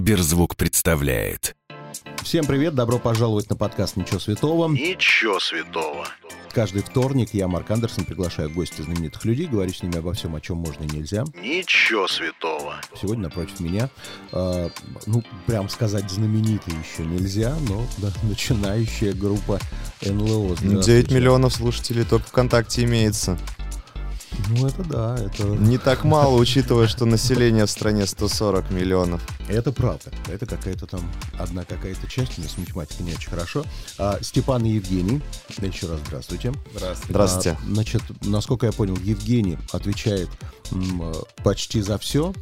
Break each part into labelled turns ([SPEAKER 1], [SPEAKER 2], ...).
[SPEAKER 1] Сберзвук представляет.
[SPEAKER 2] Всем привет, добро пожаловать на подкаст «Ничего святого».
[SPEAKER 3] Ничего святого.
[SPEAKER 2] Каждый вторник я, Марк Андерсон, приглашаю в гости знаменитых людей, говорю с ними обо всем, о чем можно и нельзя.
[SPEAKER 3] Ничего святого.
[SPEAKER 2] Сегодня напротив меня, э, ну, прям сказать знаменитый еще нельзя, но да, начинающая группа НЛО.
[SPEAKER 4] Ну,
[SPEAKER 2] Здравствуйте.
[SPEAKER 4] 9 миллионов слушателей только ВКонтакте имеется.
[SPEAKER 2] Ну, это да, это,
[SPEAKER 4] Не так мало, учитывая, что население в стране 140 миллионов.
[SPEAKER 2] это правда. Это какая-то там одна какая-то часть, у меня с математикой не очень хорошо. А, Степан и Евгений, да, еще раз здравствуйте.
[SPEAKER 4] Здравствуйте.
[SPEAKER 2] А, значит, насколько я понял, Евгений отвечает м, э, почти за все.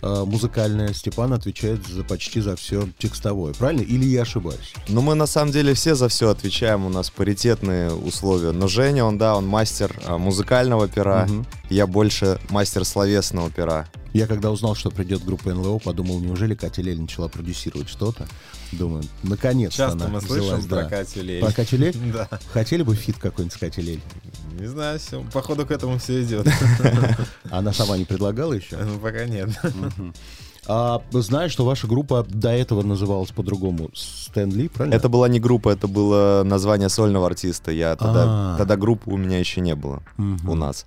[SPEAKER 2] Музыкальное Степан отвечает за почти за все текстовое, правильно? Или я ошибаюсь?
[SPEAKER 4] Ну, мы на самом деле все за все отвечаем, у нас паритетные условия. Но Женя, он, да, он мастер а, музыкального пера,
[SPEAKER 2] Мгм.
[SPEAKER 4] я больше мастер словесного пера.
[SPEAKER 2] Я когда узнал, что придет группа НЛО, подумал, неужели Катя Лель начала продюсировать что-то? Думаю, наконец-то
[SPEAKER 5] Часто
[SPEAKER 2] она
[SPEAKER 5] мы слышим
[SPEAKER 2] взялась, да.
[SPEAKER 5] про Катю Лель.
[SPEAKER 2] Про Катю Лель?
[SPEAKER 5] Да.
[SPEAKER 2] Хотели бы фит какой-нибудь с Катей Лель?
[SPEAKER 5] Не знаю, всё, походу к этому все идет.
[SPEAKER 2] Она сама не предлагала еще?
[SPEAKER 5] Ну, пока нет.
[SPEAKER 2] А, знаю, что ваша группа до этого называлась по-другому. Стэнли, правильно?
[SPEAKER 4] Это была не группа, это было название сольного артиста. Я
[SPEAKER 2] А.
[SPEAKER 4] тогда, тогда группы у меня еще не было
[SPEAKER 2] Мгм.
[SPEAKER 4] у нас.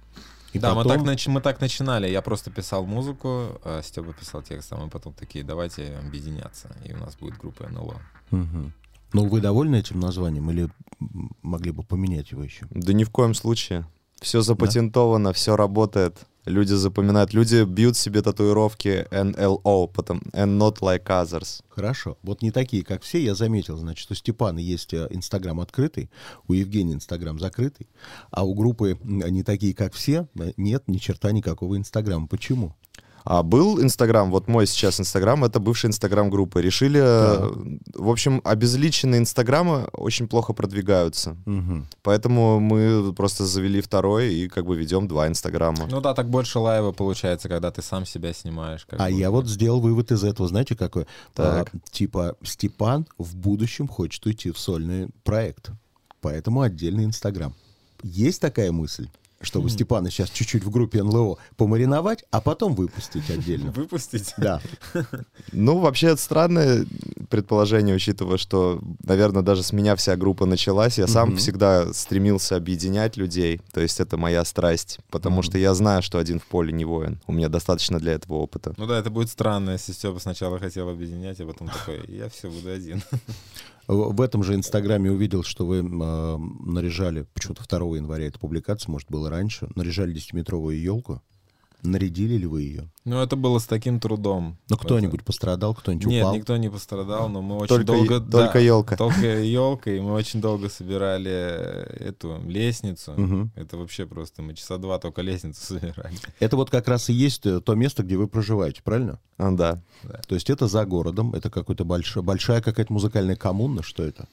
[SPEAKER 2] И
[SPEAKER 5] да, мы, так
[SPEAKER 2] потом-
[SPEAKER 5] нач- мы так начинали. Я просто писал музыку, а Степа писал текст, а мы потом такие, давайте объединяться, и у нас будет группа НЛО.
[SPEAKER 2] Мгм. Ну, вы довольны этим названием или м, могли бы поменять его еще?
[SPEAKER 4] Да ни в коем случае. Все запатентовано, все работает. Люди запоминают. Люди бьют себе татуировки NLO, потом And Not Like Others.
[SPEAKER 2] Хорошо. Вот не такие, как все. Я заметил, значит, у Степана есть э, Инстаграм открытый, у Евгения Инстаграм закрытый, а у группы м, не такие, как все, э, нет ни черта никакого Инстаграма. Почему?
[SPEAKER 4] А был Инстаграм, вот мой сейчас Инстаграм, это бывшая Инстаграм группа. Решили, э, в общем, обезличенные Инстаграмы очень плохо продвигаются. Поэтому мы просто завели второй и как бы ведем два Инстаграма.
[SPEAKER 5] Ну да, так больше лайва получается, когда ты сам себя снимаешь. как
[SPEAKER 2] А
[SPEAKER 5] бы.
[SPEAKER 2] я вот сделал вывод из этого, знаете, какой?
[SPEAKER 4] Так.
[SPEAKER 2] А, типа, Степан в будущем хочет уйти в сольный проект, поэтому отдельный Инстаграм. Есть такая мысль?
[SPEAKER 5] Хм.
[SPEAKER 2] чтобы Степана сейчас чуть-чуть в группе НЛО помариновать, а потом выпустить отдельно.
[SPEAKER 5] Выпустить?
[SPEAKER 2] Да.
[SPEAKER 4] Ну, вообще, это странное предположение, учитывая, что, наверное, даже с меня вся группа началась. Я сам всегда стремился объединять людей. То есть это моя страсть. Потому что я знаю, что один в поле не воин. У меня достаточно для этого опыта.
[SPEAKER 5] Ну да, это будет странно, если Степа сначала хотел объединять, а потом такой, я все буду один.
[SPEAKER 2] В в этом же Инстаграме увидел, что вы м, э, наряжали, почему-то 2 января эта публикация, может, было раньше, наряжали 10-метровую елку. Нарядили ли вы ее?
[SPEAKER 5] Ну это было с таким трудом.
[SPEAKER 2] Ну, кто-нибудь пострадал, кто-нибудь
[SPEAKER 5] Нет,
[SPEAKER 2] упал?
[SPEAKER 5] никто не пострадал, но мы очень
[SPEAKER 4] Только е-
[SPEAKER 5] долго... да,
[SPEAKER 4] только ёлка.
[SPEAKER 5] Только елка, и мы очень долго собирали э, эту лестницу.
[SPEAKER 2] Мгм.
[SPEAKER 5] Это вообще просто, мы часа два только лестницу собирали.
[SPEAKER 2] Это вот как раз и есть э, то место, где вы проживаете, правильно?
[SPEAKER 4] А, да.
[SPEAKER 2] То есть это за городом, это какой-то большая, большая какая-то музыкальная коммуна, что это?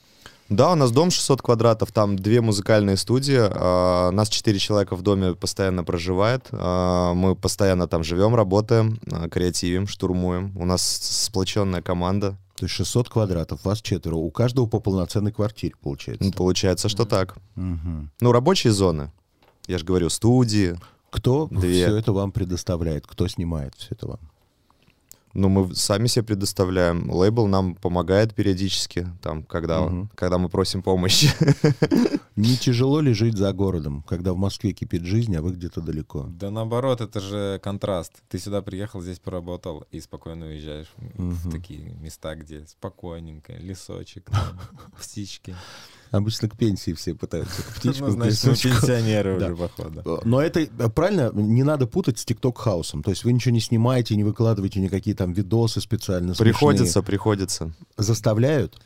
[SPEAKER 4] Да, у нас дом 600 квадратов, там две музыкальные студии. а, нас четыре человека в доме постоянно проживает. а, мы постоянно там живем, работаем, а, креативим, штурмуем. У нас сплоченная команда.
[SPEAKER 2] То есть 600 квадратов, вас четверо, у каждого по полноценной квартире
[SPEAKER 4] Ну,
[SPEAKER 2] получается.
[SPEAKER 4] Получается, что так.
[SPEAKER 2] Мгм.
[SPEAKER 4] Ну, рабочие зоны. Я же говорю, студии.
[SPEAKER 2] Кто
[SPEAKER 4] Две.
[SPEAKER 2] все это вам предоставляет, кто снимает все это вам?
[SPEAKER 4] Ну, мы сами себе предоставляем. Лейбл нам помогает периодически, там, когда, когда мы просим помощи.
[SPEAKER 2] Не тяжело ли жить за городом, когда в Москве кипит жизнь, а вы где-то далеко?
[SPEAKER 5] Да наоборот, это же контраст. Ты сюда приехал, здесь поработал, и спокойно уезжаешь в такие места, где спокойненько, лесочек, там, птички.
[SPEAKER 2] Обычно к пенсии все пытаются. к Птичку,
[SPEAKER 5] Ну,
[SPEAKER 2] к
[SPEAKER 5] значит, мы
[SPEAKER 2] лесочку.
[SPEAKER 5] пенсионеры
[SPEAKER 2] Да.
[SPEAKER 5] уже, походу.
[SPEAKER 2] Но это, э, правильно, не надо путать с ТикТок-хаусом. То есть вы ничего не снимаете, не выкладываете никакие там видосы специально смешные.
[SPEAKER 4] Приходится, приходится.
[SPEAKER 2] Заставляют?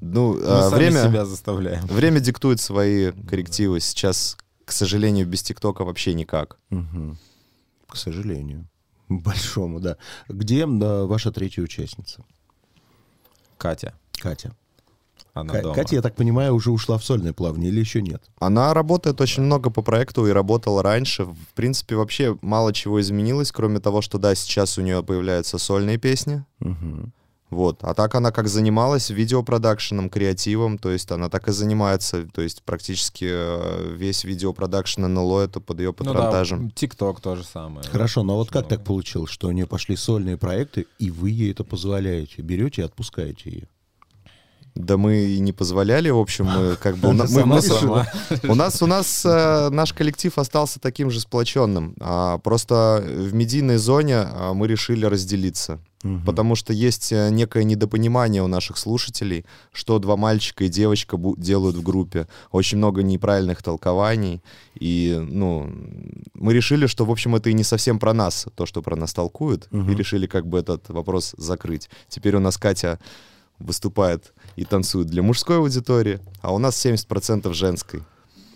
[SPEAKER 4] Ну,
[SPEAKER 5] Мы
[SPEAKER 4] а,
[SPEAKER 5] сами
[SPEAKER 4] время,
[SPEAKER 5] себя заставляем.
[SPEAKER 4] время диктует свои коррективы. Сейчас, к сожалению, без ТикТока вообще никак.
[SPEAKER 2] К сожалению. Большому, да. Где э, ваша третья участница?
[SPEAKER 5] Катя,
[SPEAKER 2] Катя.
[SPEAKER 5] она
[SPEAKER 2] Ка-
[SPEAKER 5] дома.
[SPEAKER 2] Катя, я так понимаю, уже ушла в сольное плавание или еще нет?
[SPEAKER 4] Она работает очень много по проекту и работала раньше. В принципе, вообще мало чего изменилось, кроме того, что да, сейчас у нее появляются сольные песни. Вот. А так она как занималась видеопродакшеном, креативом, то есть она так и занимается, то есть практически э, весь видеопродакшн НЛО это под ее
[SPEAKER 5] Ну да,
[SPEAKER 4] патронтажем.
[SPEAKER 5] ТикТок то же самое.
[SPEAKER 2] Хорошо, но вот как
[SPEAKER 5] Много.
[SPEAKER 2] так получилось, что у нее пошли сольные проекты, и вы ей это позволяете? Берете и отпускаете ее?
[SPEAKER 4] Да мы и не позволяли, в общем, мы как бы... у на- мы-
[SPEAKER 5] Сама
[SPEAKER 4] мы-
[SPEAKER 5] сама.
[SPEAKER 4] У нас, у нас э, наш коллектив остался таким же сплоченным. А, просто в медийной зоне а, мы решили разделиться. Потому что есть э, некое недопонимание у наших слушателей, что два мальчика и девочка бу- делают в группе. Очень много неправильных толкований. И, ну, мы решили, что, в общем, это и не совсем про нас, то, что про нас толкуют. И решили как бы этот вопрос закрыть. Теперь у нас Катя выступает и танцует для мужской аудитории, а у нас 70% женской.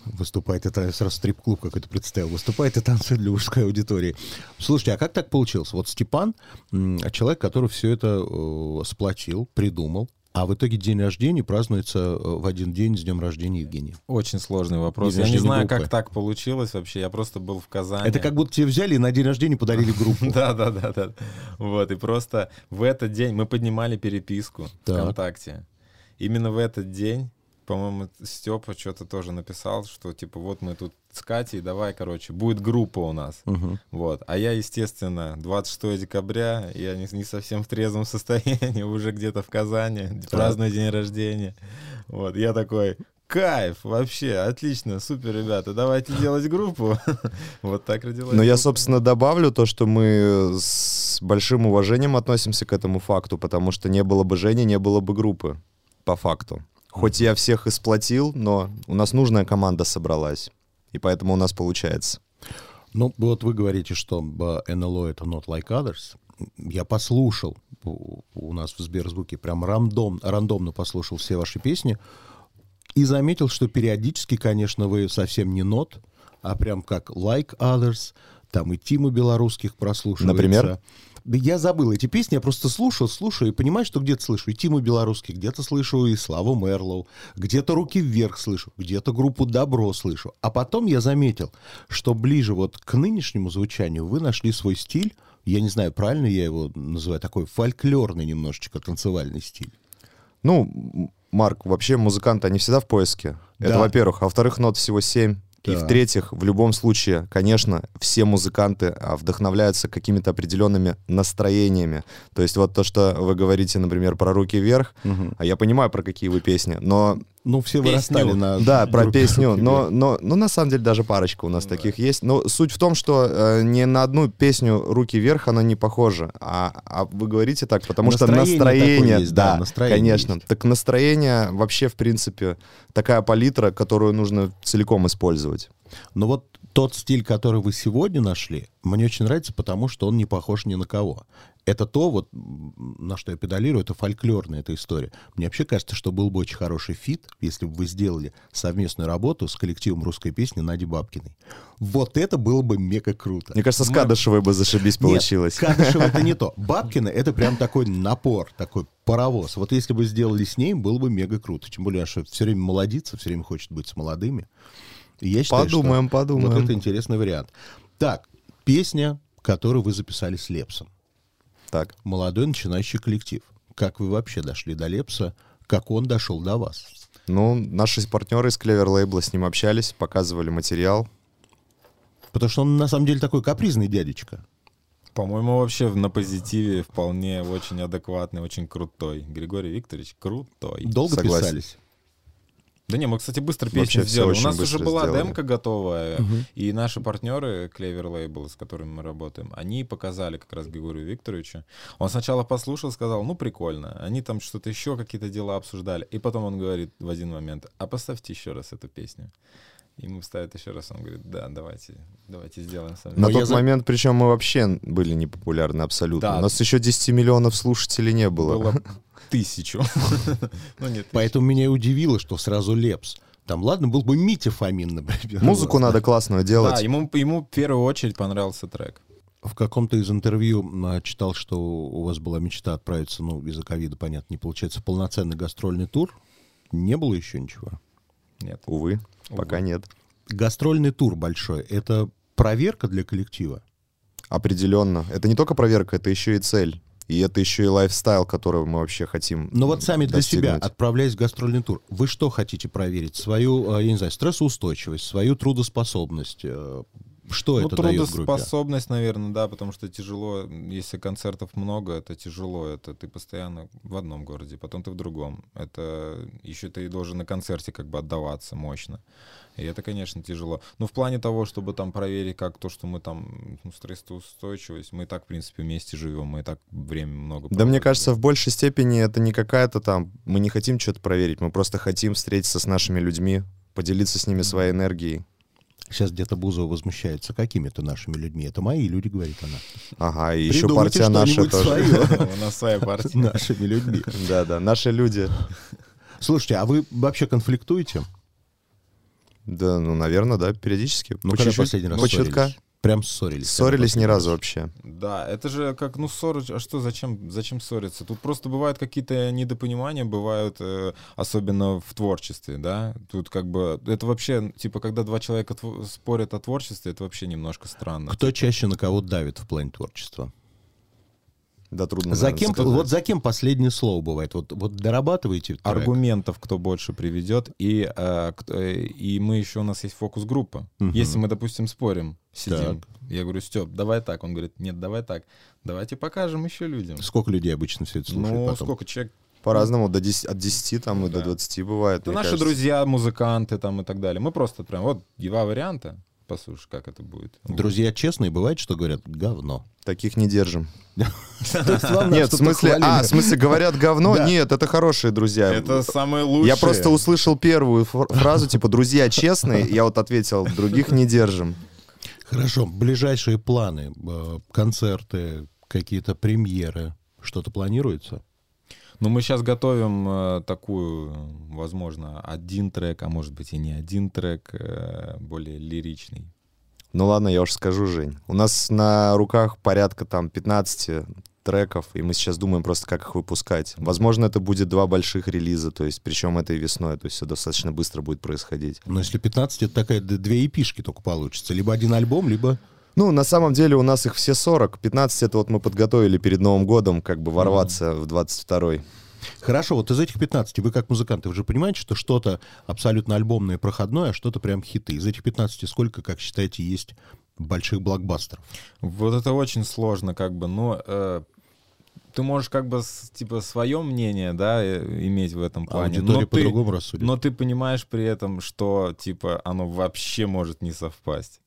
[SPEAKER 2] Выступает это, я сразу стрип-клуб какой-то представил, выступает и танцует для мужской аудитории. Слушайте, а как так получилось? Вот Степан, м, человек, который все это э, сплотил, придумал, а в итоге день рождения празднуется э, в один день с днем рождения Евгения.
[SPEAKER 5] Очень сложный вопрос.
[SPEAKER 2] День
[SPEAKER 5] Я не
[SPEAKER 2] рождения
[SPEAKER 5] знаю,
[SPEAKER 2] группы.
[SPEAKER 5] как так получилось вообще. Я просто был в Казани.
[SPEAKER 2] Это как будто тебе взяли и на день рождения подарили группу.
[SPEAKER 5] Да, да, да, да. Вот, и просто в этот день мы поднимали переписку
[SPEAKER 2] Так.
[SPEAKER 5] ВКонтакте. Именно в этот день, по-моему, Степа что-то тоже написал, что типа вот мы тут с Катей, давай, короче, будет группа у нас. Вот. А я, естественно, 26 декабря, я не, не совсем в трезвом состоянии, уже где-то в Казани, праздную день рождения. Вот, я такой, кайф, вообще, отлично, супер, ребята, давайте делать группу. Вот так родилась.
[SPEAKER 4] Но Ну, я,
[SPEAKER 5] группа.
[SPEAKER 4] собственно, добавлю то, что мы э, с большим уважением относимся к этому факту, потому что не было бы Жени, не было бы группы, по факту. Хоть я всех и сплотил, но у нас нужная команда собралась, и поэтому у нас получается.
[SPEAKER 2] Ну, вот вы говорите, что э, НЛО — это not like others. Я послушал у у нас в Сберзвуке, прям рандом, рандомно послушал все ваши песни и заметил, что периодически, конечно, вы совсем не not, а прям как like others, там и Тима Белорусских прослушивается.
[SPEAKER 4] Например?
[SPEAKER 2] Да я забыл эти песни, я просто слушал, слушаю и понимаю, что где-то слышу и Тиму Белорусских, где-то слышу и Славу Мерлоу, где-то «Руки вверх» слышу, где-то группу «Добро» слышу. А потом я заметил, что ближе вот к нынешнему звучанию вы нашли свой стиль, я не знаю, правильно я его называю, такой фольклорный немножечко танцевальный стиль.
[SPEAKER 4] Ну, м, Марк, вообще музыканты, они всегда в поиске. Это
[SPEAKER 2] Да.
[SPEAKER 4] во-первых. А во-вторых, нот всего семь. И
[SPEAKER 2] Да.
[SPEAKER 4] в-третьих, в любом случае, конечно, все музыканты а, вдохновляются какими-то определенными настроениями. То есть вот то, что вы говорите, например, про «Руки вверх», а я понимаю, про какие вы песни, но
[SPEAKER 2] Ну, все
[SPEAKER 5] Песню.
[SPEAKER 2] вырастали на...
[SPEAKER 4] да, про
[SPEAKER 2] группе Ну
[SPEAKER 4] песню.
[SPEAKER 2] «Руки
[SPEAKER 4] Но, но, но на самом деле даже парочка у нас таких есть. Но суть в том, что э, ни на одну песню руки вверх она не похожа. А, а вы говорите так, потому
[SPEAKER 2] Настроение
[SPEAKER 4] что настроение,
[SPEAKER 2] такое есть,
[SPEAKER 4] да,
[SPEAKER 2] да, настроение
[SPEAKER 4] конечно.
[SPEAKER 2] есть.
[SPEAKER 4] Так настроение вообще в принципе такая палитра, которую нужно целиком использовать.
[SPEAKER 2] Но вот тот стиль, который вы сегодня нашли, мне очень нравится, потому что он не похож ни на кого. Это то, вот, м, на что я педалирую, это фольклорная эта история. Мне вообще кажется, что был бы очень хороший фит, если бы вы сделали совместную работу с коллективом русской песни Нади Бабкиной. Вот это было бы мега круто.
[SPEAKER 4] Мне кажется, с Кадышевой бы зашибись получилось.
[SPEAKER 2] Нет, Кадышева это не то. Бабкина это прям такой напор, такой паровоз. Вот если бы сделали с ней, было бы мега круто. Тем более, что все время молодится, все время хочет быть с молодыми. И я считаю, что
[SPEAKER 4] Подумаем, подумаем.
[SPEAKER 2] Вот это интересный вариант. Так, песня, которую вы записали с Лепсом.
[SPEAKER 4] Так.
[SPEAKER 2] Молодой начинающий коллектив. Как вы вообще дошли до Лепса? Как он дошел до вас?
[SPEAKER 4] Ну, наши партнеры из Клевер Лейбла с ним общались, показывали материал.
[SPEAKER 2] Потому что он на самом деле такой капризный дядечка.
[SPEAKER 5] По-моему, вообще в- на позитиве вполне очень адекватный, очень крутой. Григорий Викторович крутой.
[SPEAKER 2] Долго
[SPEAKER 4] Согласен.
[SPEAKER 2] писались.
[SPEAKER 5] Да не, мы, кстати, быстро
[SPEAKER 4] Вообще
[SPEAKER 5] песню
[SPEAKER 4] всё
[SPEAKER 5] сделали. У
[SPEAKER 4] очень
[SPEAKER 5] нас
[SPEAKER 4] быстро
[SPEAKER 5] уже была
[SPEAKER 4] сделали.
[SPEAKER 5] демка готовая, и наши партнеры, Клевер Лейбл, с которыми мы работаем, они показали как раз Григорию Викторовичу. Он сначала послушал, сказал, ну, прикольно. Они там что-то еще, какие-то дела обсуждали. И потом он говорит в один момент, а поставьте еще раз эту песню. Ему ставят еще раз, он говорит, да, давайте, давайте сделаем сами.
[SPEAKER 4] На
[SPEAKER 2] Но я
[SPEAKER 4] тот
[SPEAKER 2] за-
[SPEAKER 4] момент, причем мы вообще были непопулярны абсолютно.
[SPEAKER 5] Да.
[SPEAKER 4] У нас еще 10 миллионов слушателей не было.
[SPEAKER 5] Было тысячу. Ну, нет,
[SPEAKER 2] Поэтому меня и удивило, что сразу Лепс. Там, ладно, был бы Митя Фомин, например.
[SPEAKER 4] Музыку
[SPEAKER 2] ладно.
[SPEAKER 4] надо классную делать.
[SPEAKER 5] Да, ему, ему в первую очередь понравился трек.
[SPEAKER 2] В каком-то из интервью м, читал, что у вас была мечта отправиться, ну, из-за ковида, понятно, не получается, в полноценный гастрольный тур. Не было еще ничего.
[SPEAKER 5] Нет.
[SPEAKER 4] Увы, пока нет.
[SPEAKER 2] Гастрольный тур большой — это проверка для коллектива?
[SPEAKER 4] Определенно. Это не только проверка, это еще и цель. И это еще и лайфстайл, который мы вообще хотим
[SPEAKER 2] Но Ну, вот сами для себя,
[SPEAKER 4] достигнуть.
[SPEAKER 2] отправляясь в гастрольный тур, вы что хотите проверить? Свою, э, я не знаю, стрессоустойчивость, свою трудоспособность? э, Что
[SPEAKER 5] ну,
[SPEAKER 2] это дает группе?
[SPEAKER 5] трудоспособность, наверное, да, потому что тяжело, если концертов много, это тяжело, это ты постоянно в одном городе, потом ты в другом, это еще ты и должен на концерте как бы отдаваться мощно, и это, конечно, тяжело. Но в плане того, чтобы там проверить, как то, что мы там ну, стрессоустойчивость, мы и так, в принципе, вместе живем, мы и так время много.
[SPEAKER 4] Да мне
[SPEAKER 5] проводим.
[SPEAKER 4] кажется, в большей степени это не какая-то там... Мы не хотим что-то проверить, мы просто хотим встретиться с нашими людьми, поделиться с ними своей энергией.
[SPEAKER 2] Сейчас где-то Бузова возмущается какими-то нашими людьми. Это мои люди, говорит она.
[SPEAKER 4] Ага, и еще
[SPEAKER 2] Придумайте
[SPEAKER 4] партия наша
[SPEAKER 2] что-нибудь
[SPEAKER 4] тоже.
[SPEAKER 2] свое.
[SPEAKER 5] у нас своя партия.
[SPEAKER 2] Нашими людьми.
[SPEAKER 4] Да, да, наши люди.
[SPEAKER 2] Слушайте, а вы вообще конфликтуете?
[SPEAKER 4] Да, ну, наверное, да, периодически.
[SPEAKER 2] Ну,
[SPEAKER 4] По
[SPEAKER 2] когда
[SPEAKER 4] чуть-чуть,
[SPEAKER 2] последний раз
[SPEAKER 4] по чутка.
[SPEAKER 2] ссорились? Прям ссорились.
[SPEAKER 4] Ссорились ни разу вообще.
[SPEAKER 5] Да, это же как, ну, ссоры, а что, зачем, зачем ссориться? Тут просто бывают какие-то недопонимания, бывают, э, особенно в творчестве, да? Тут как бы, это вообще, типа, когда два человека тв- спорят о творчестве, это вообще немножко странно.
[SPEAKER 2] Кто чаще на кого давит в плане творчества?
[SPEAKER 4] Да, трудно.
[SPEAKER 2] Ну, За
[SPEAKER 4] наверное,
[SPEAKER 2] кем,
[SPEAKER 4] сказать.
[SPEAKER 2] вот за кем последнее слово бывает? Вот, вот дорабатываете трек?
[SPEAKER 5] Аргументов кто больше приведет, и, э, кт- э, и мы еще, у нас есть фокус-группа. Если мы, допустим, спорим, сидим, я говорю, Степ, давай так, он говорит, нет, давай так, давайте покажем еще людям.
[SPEAKER 2] Сколько людей обычно все это слушает
[SPEAKER 5] ну,
[SPEAKER 2] потом?
[SPEAKER 5] сколько человек
[SPEAKER 4] По-разному, до 10 от 10
[SPEAKER 2] Ну
[SPEAKER 4] там и до 20 бывает.
[SPEAKER 5] Это
[SPEAKER 4] мне
[SPEAKER 5] наши
[SPEAKER 4] кажется.
[SPEAKER 5] друзья, музыканты там и так далее. Мы просто прям вот два варианта. Послушай, как это будет.
[SPEAKER 2] Друзья честные бывает, что говорят говно.
[SPEAKER 4] Таких не держим.
[SPEAKER 2] То есть вам надо
[SPEAKER 4] Нет, в
[SPEAKER 2] что-то
[SPEAKER 4] смысле,
[SPEAKER 2] хвалить.
[SPEAKER 4] а, в смысле, говорят говно? Нет, это хорошие друзья. Э,
[SPEAKER 5] самые лучшие.
[SPEAKER 4] Я просто услышал первую фр- фразу, типа, друзья честные, я вот ответил, других не держим.
[SPEAKER 2] Хорошо, ближайшие планы, э, концерты, какие-то премьеры, что-то планируется?
[SPEAKER 5] Ну, мы сейчас готовим э, такую, э, возможно, один трек, а может быть и не один трек, э, более лиричный.
[SPEAKER 4] Ну ладно, я уж скажу, Жень. У нас на руках порядка там 15 треков, и мы сейчас думаем просто, как их выпускать. Возможно, это будет два больших релиза, то есть, причем этой весной, то есть все достаточно быстро будет происходить.
[SPEAKER 2] Но Ну, если 15, это такая д- две эпишки только получится. Либо один альбом, либо...
[SPEAKER 4] Ну, на самом деле у нас их все 40, 15 это вот мы подготовили перед Новым годом, как бы ворваться в 22-й.
[SPEAKER 2] Хорошо, вот из этих 15, вы как музыканты, вы же понимаете, что что-то абсолютно альбомное, проходное, а что-то прям хиты. Из этих 15 сколько, как считаете, есть больших блокбастеров?
[SPEAKER 5] Вот это очень сложно, как бы, но э, ты можешь как бы с- типа свое мнение, да, э, иметь в этом плане. но
[SPEAKER 2] А Аудитория
[SPEAKER 5] ну ты-
[SPEAKER 2] по-другому рассудит.
[SPEAKER 5] но ты понимаешь при этом, что типа оно вообще может не совпасть.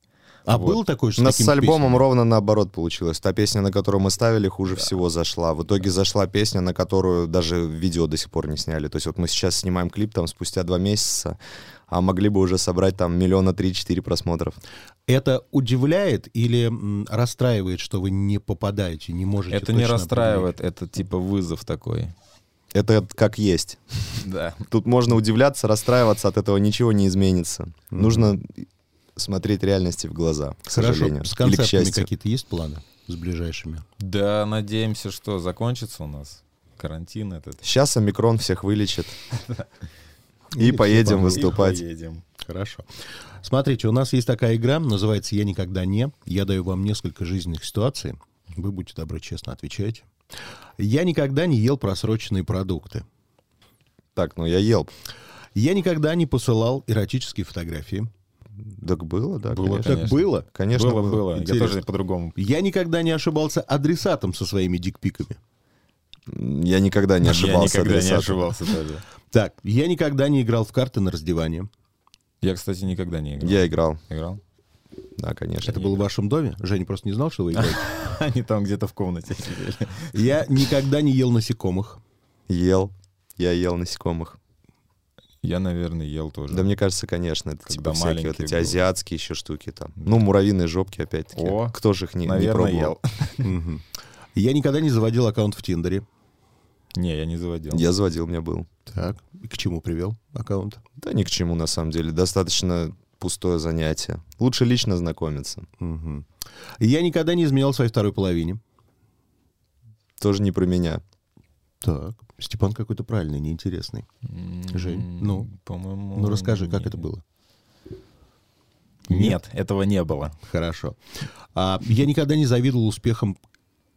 [SPEAKER 2] а
[SPEAKER 5] вот.
[SPEAKER 2] было такое же
[SPEAKER 4] У нас с
[SPEAKER 2] такими
[SPEAKER 4] альбомом
[SPEAKER 2] песнями?
[SPEAKER 4] ровно наоборот получилось. Та песня, на которую мы ставили, хуже всего зашла. В итоге зашла песня, на которую даже видео до сих пор не сняли. То есть вот мы сейчас снимаем клип там спустя два месяца, а могли бы уже собрать там миллиона три-четыре просмотров.
[SPEAKER 2] Это удивляет или м, расстраивает, что вы не попадаете, не можете
[SPEAKER 5] Это не
[SPEAKER 2] точно
[SPEAKER 5] расстраивает, это типа вызов такой.
[SPEAKER 4] Это как есть.
[SPEAKER 5] Да.
[SPEAKER 4] Тут можно удивляться, расстраиваться, от этого ничего не изменится. Нужно смотреть реальности в глаза, к
[SPEAKER 2] Хорошо,
[SPEAKER 4] сожалению.
[SPEAKER 2] с
[SPEAKER 4] Или к
[SPEAKER 2] концертами
[SPEAKER 4] счастью.
[SPEAKER 2] какие-то есть планы с ближайшими?
[SPEAKER 5] Да, надеемся, что закончится у нас карантин этот.
[SPEAKER 4] Сейчас омикрон всех вылечит. И поедем выступать.
[SPEAKER 5] И поедем.
[SPEAKER 2] Хорошо. Смотрите, у нас есть такая игра, называется «Я никогда не». Я даю вам несколько жизненных ситуаций. Вы будете добры, честно отвечаете. Я никогда не ел просроченные продукты.
[SPEAKER 4] Так, ну я ел.
[SPEAKER 2] Я никогда не посылал эротические фотографии.
[SPEAKER 4] Так было, да,
[SPEAKER 5] Было,
[SPEAKER 4] конечно.
[SPEAKER 2] Так
[SPEAKER 5] Конечно.
[SPEAKER 2] было.
[SPEAKER 4] Конечно,
[SPEAKER 5] было, было. Я
[SPEAKER 2] Интересно.
[SPEAKER 5] тоже по-другому.
[SPEAKER 2] Я никогда не ошибался адресатом со своими дикпиками.
[SPEAKER 4] Я никогда не ошибался.
[SPEAKER 5] Я никогда не
[SPEAKER 4] адресатом.
[SPEAKER 5] ошибался тоже.
[SPEAKER 2] Так, я никогда не играл в карты на раздевание.
[SPEAKER 5] Я, кстати, никогда не играл.
[SPEAKER 4] Я играл,
[SPEAKER 5] Играл?
[SPEAKER 4] да, конечно.
[SPEAKER 2] Это было в вашем доме? Женя просто не знал, что вы играете.
[SPEAKER 5] Они там где-то в комнате сидели.
[SPEAKER 2] Я никогда не ел насекомых.
[SPEAKER 4] Ел. Я ел насекомых.
[SPEAKER 5] Я, наверное, ел тоже.
[SPEAKER 4] Да мне кажется, конечно, это
[SPEAKER 5] Когда
[SPEAKER 4] типа всякие вот
[SPEAKER 5] маленький
[SPEAKER 4] эти
[SPEAKER 5] был.
[SPEAKER 4] азиатские еще штуки там. Ну, муравьиные жопки опять-таки.
[SPEAKER 5] О,
[SPEAKER 4] Кто же их не, не
[SPEAKER 5] наверное,
[SPEAKER 4] пробовал?
[SPEAKER 5] ел.
[SPEAKER 2] Мгм. Я никогда не заводил аккаунт в Тиндере.
[SPEAKER 5] Не, я не заводил.
[SPEAKER 4] Я заводил, у меня был.
[SPEAKER 2] Так, и к чему привел аккаунт?
[SPEAKER 4] Да ни к чему, на самом деле. Достаточно пустое занятие. Лучше лично знакомиться.
[SPEAKER 2] Я никогда не изменял своей второй половине.
[SPEAKER 4] Тоже не про меня.
[SPEAKER 2] Так, Степан какой-то правильный, неинтересный. Жень, ну,
[SPEAKER 5] по-моему...
[SPEAKER 2] ну расскажи, как
[SPEAKER 5] не-
[SPEAKER 2] это было?
[SPEAKER 5] Нет, этого не было.
[SPEAKER 2] Хорошо. А, я никогда не завидовал успехам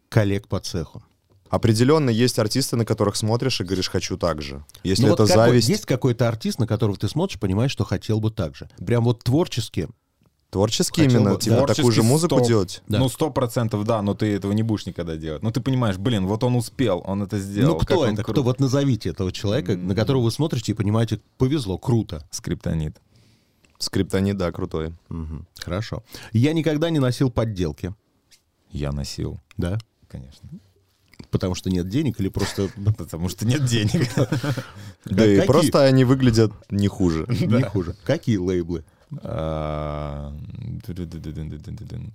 [SPEAKER 2] коллег по цеху.
[SPEAKER 4] Определенно есть артисты, на которых смотришь и говоришь, хочу так же. Если
[SPEAKER 2] Ну вот
[SPEAKER 4] это
[SPEAKER 2] какой-
[SPEAKER 4] зависть,
[SPEAKER 2] Есть какой-то артист, на которого ты смотришь, понимаешь, что хотел бы так же. Прям вот творчески.
[SPEAKER 4] творчески
[SPEAKER 2] Хотел
[SPEAKER 4] именно,
[SPEAKER 2] бы,
[SPEAKER 4] типа такую же
[SPEAKER 5] Творческий
[SPEAKER 4] музыку
[SPEAKER 5] стоп.
[SPEAKER 4] делать.
[SPEAKER 2] Да.
[SPEAKER 5] Ну, сто процентов, да, но ты этого не будешь никогда делать. Ну, ты понимаешь, блин, вот он успел, он это сделал.
[SPEAKER 2] ну кто
[SPEAKER 5] как он
[SPEAKER 2] это?
[SPEAKER 5] крут.
[SPEAKER 2] Кто? Вот назовите этого человека, на которого вы смотрите и понимаете, повезло, круто.
[SPEAKER 5] Скриптонит.
[SPEAKER 4] Скриптонит, да, крутой.
[SPEAKER 2] Мгм, Хорошо. Я никогда не носил подделки,
[SPEAKER 5] Я носил,
[SPEAKER 2] да?
[SPEAKER 5] конечно.
[SPEAKER 2] Потому что нет денег или просто
[SPEAKER 5] Потому что нет денег.
[SPEAKER 4] Да и
[SPEAKER 2] какие?
[SPEAKER 4] просто они выглядят не хуже.
[SPEAKER 2] не хуже. Какие лейблы?
[SPEAKER 5] А, ду-ду-ду-ду-ду-ду-ду-ду.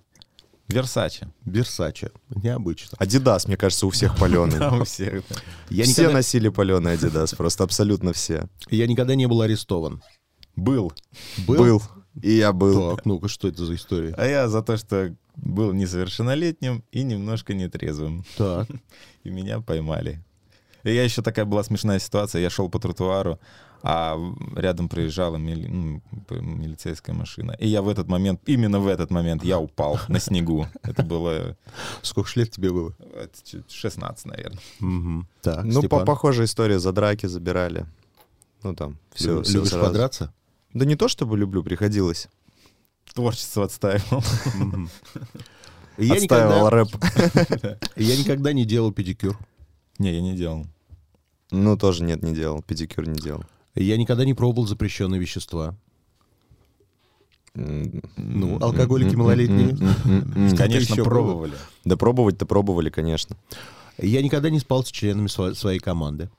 [SPEAKER 5] Версаче.
[SPEAKER 2] Версаче. Необычно.
[SPEAKER 4] Адидас, мне кажется, у всех паленый.
[SPEAKER 5] Там у всех. да.
[SPEAKER 2] Я
[SPEAKER 4] Все
[SPEAKER 2] никогда,
[SPEAKER 4] носили паленый Адидас, просто абсолютно все.
[SPEAKER 2] я никогда не был арестован.
[SPEAKER 5] Был.
[SPEAKER 4] Был. И я был.
[SPEAKER 2] Так, ну-ка, что это за история?
[SPEAKER 5] А я за то, что был несовершеннолетним и немножко нетрезвым.
[SPEAKER 2] Так.
[SPEAKER 5] И меня поймали. И я еще такая была смешная ситуация. Я шел по тротуару, а рядом проезжала мили- ну, п- милицейская машина. И я в этот момент, именно в этот момент, я упал на снегу. Это было
[SPEAKER 2] Сколько ж лет тебе было?
[SPEAKER 5] э, 16, наверное.
[SPEAKER 2] Мгм. Так,
[SPEAKER 4] Ну, по-
[SPEAKER 2] Степан,
[SPEAKER 4] похожая история, за драки забирали. Ну, там, все,
[SPEAKER 2] любишь подраться?
[SPEAKER 4] Да не то, чтобы люблю, приходилось.
[SPEAKER 5] Творчество отстаивал.
[SPEAKER 2] Я
[SPEAKER 4] Отстаивал
[SPEAKER 2] никогда,
[SPEAKER 4] рэп.
[SPEAKER 2] я никогда не делал педикюр.
[SPEAKER 5] Не, я не делал.
[SPEAKER 4] Ну, тоже нет, не делал, педикюр не делал.
[SPEAKER 2] Я никогда не пробовал запрещенные вещества.
[SPEAKER 4] М,
[SPEAKER 2] Ну, алкоголики малолетние.
[SPEAKER 5] Конечно,
[SPEAKER 2] еще было?
[SPEAKER 5] пробовали.
[SPEAKER 4] Да пробовать-то пробовали, конечно.
[SPEAKER 2] Я никогда не спал с членами сво- своей команды.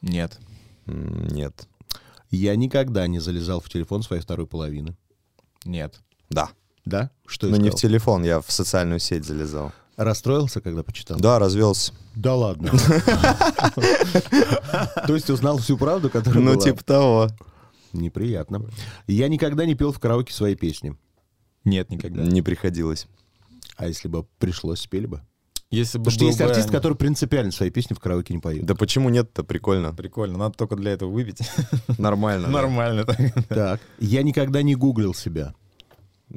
[SPEAKER 5] Нет.
[SPEAKER 4] М, Нет.
[SPEAKER 2] Я никогда не залезал в телефон своей второй половины.
[SPEAKER 5] Нет.
[SPEAKER 4] Да.
[SPEAKER 2] Да? Что
[SPEAKER 4] Но Ну, не в
[SPEAKER 2] искал?
[SPEAKER 4] телефон, я в социальную сеть залезал.
[SPEAKER 2] Расстроился, когда почитал?
[SPEAKER 4] Да, развелся.
[SPEAKER 2] Да ладно. То есть узнал всю правду, которая
[SPEAKER 4] Ну,
[SPEAKER 2] была?
[SPEAKER 4] типа того.
[SPEAKER 2] Неприятно. Я никогда не пел в караоке свои песни.
[SPEAKER 5] Нет, никогда.
[SPEAKER 4] Не приходилось.
[SPEAKER 2] А если бы пришлось, спели бы?
[SPEAKER 5] Если бы
[SPEAKER 2] Потому что
[SPEAKER 5] был
[SPEAKER 2] есть
[SPEAKER 5] бы-
[SPEAKER 2] артист, который принципиально свои песни в караоке не поет.
[SPEAKER 4] Да почему нет-то? Прикольно.
[SPEAKER 5] Прикольно, надо только для этого выпить.
[SPEAKER 4] Нормально. да.
[SPEAKER 5] Нормально так.
[SPEAKER 2] Так. Я никогда не гуглил себя.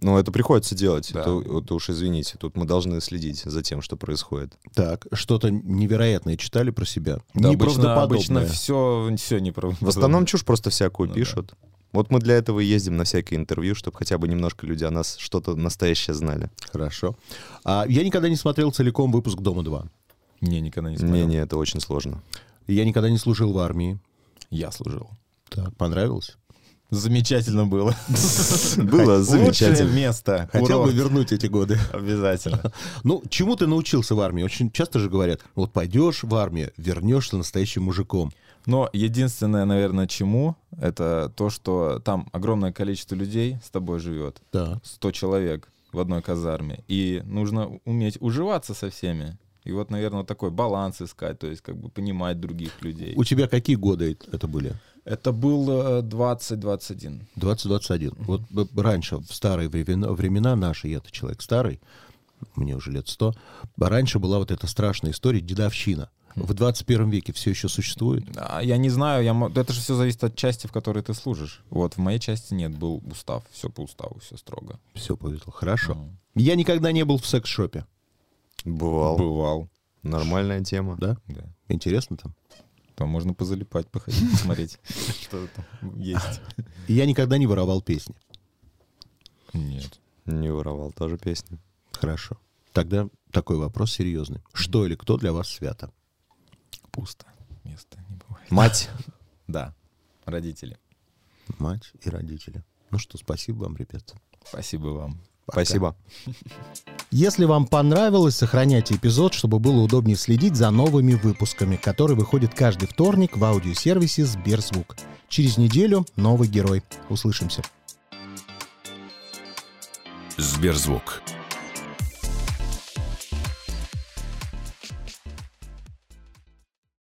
[SPEAKER 4] Ну, это приходится делать.
[SPEAKER 5] Да.
[SPEAKER 4] Это, это уж извините, тут мы должны следить за тем, что происходит.
[SPEAKER 2] Так, что-то невероятное читали про себя.
[SPEAKER 5] Да, обычно,
[SPEAKER 2] Неправдоподобное.
[SPEAKER 5] обычно все, все неправдоподобно.
[SPEAKER 4] В основном чушь просто всякую
[SPEAKER 5] Ну да.
[SPEAKER 4] пишут. Вот мы для этого и ездим на всякие интервью, чтобы хотя бы немножко люди о нас что-то настоящее знали.
[SPEAKER 2] Хорошо. А, я никогда не смотрел целиком выпуск «Дома 2».
[SPEAKER 5] Не, никогда не смотрел.
[SPEAKER 4] Не-не, это очень сложно.
[SPEAKER 2] Я никогда не служил в армии.
[SPEAKER 5] Я служил.
[SPEAKER 2] Так, понравилось?
[SPEAKER 5] Замечательно было.
[SPEAKER 4] Было
[SPEAKER 5] Лучшее
[SPEAKER 4] замечательно.
[SPEAKER 5] место.
[SPEAKER 2] Хотел бы
[SPEAKER 5] Курорт.
[SPEAKER 2] вернуть эти годы.
[SPEAKER 5] Обязательно.
[SPEAKER 2] Ну, чему ты научился в армии? Очень часто же говорят, ну, вот пойдешь в армию, вернешься настоящим мужиком.
[SPEAKER 5] Но единственное, наверное, чему, это то, что там огромное количество людей с тобой живет.
[SPEAKER 2] Да.
[SPEAKER 5] 100 человек в одной казарме. И нужно уметь уживаться со всеми. И вот, наверное, вот такой баланс искать, то есть как бы понимать других людей.
[SPEAKER 2] У тебя какие годы это были?
[SPEAKER 5] Это был э, 20-21.
[SPEAKER 2] 20-21. Вот б- раньше, в старые времена, времена наши, я-то человек старый, мне уже лет 100, раньше была вот эта страшная история, дедовщина. В 21 веке все еще существует?
[SPEAKER 5] А, Я не знаю, я... мо- это же все зависит от части, в которой ты служишь. Вот, в моей части нет, был устав, все по уставу, все строго.
[SPEAKER 2] Все повезло. Хорошо.
[SPEAKER 5] Мгм.
[SPEAKER 2] Я никогда не был в секс-шопе.
[SPEAKER 4] Бывал.
[SPEAKER 5] Бывал,
[SPEAKER 4] Нормальная тема.
[SPEAKER 2] Да?
[SPEAKER 5] да.
[SPEAKER 2] Интересно там?
[SPEAKER 5] Там можно позалипать, походить, посмотреть, что там есть.
[SPEAKER 2] Я никогда не воровал песни.
[SPEAKER 5] Нет.
[SPEAKER 4] Не воровал тоже песни.
[SPEAKER 2] Хорошо. Тогда такой вопрос серьезный. Что или кто для вас свято?
[SPEAKER 5] Пусто. Места не бывает.
[SPEAKER 4] Мать.
[SPEAKER 5] Да. Родители.
[SPEAKER 2] Мать и родители. Ну что, спасибо вам, ребята.
[SPEAKER 5] Спасибо вам.
[SPEAKER 4] Спасибо.
[SPEAKER 6] Если вам понравилось, сохраняйте эпизод, чтобы было удобнее следить за новыми выпусками, которые выходят каждый вторник в аудиосервисе «Сберзвук». Через неделю новый герой. Услышимся.
[SPEAKER 1] Сберзвук.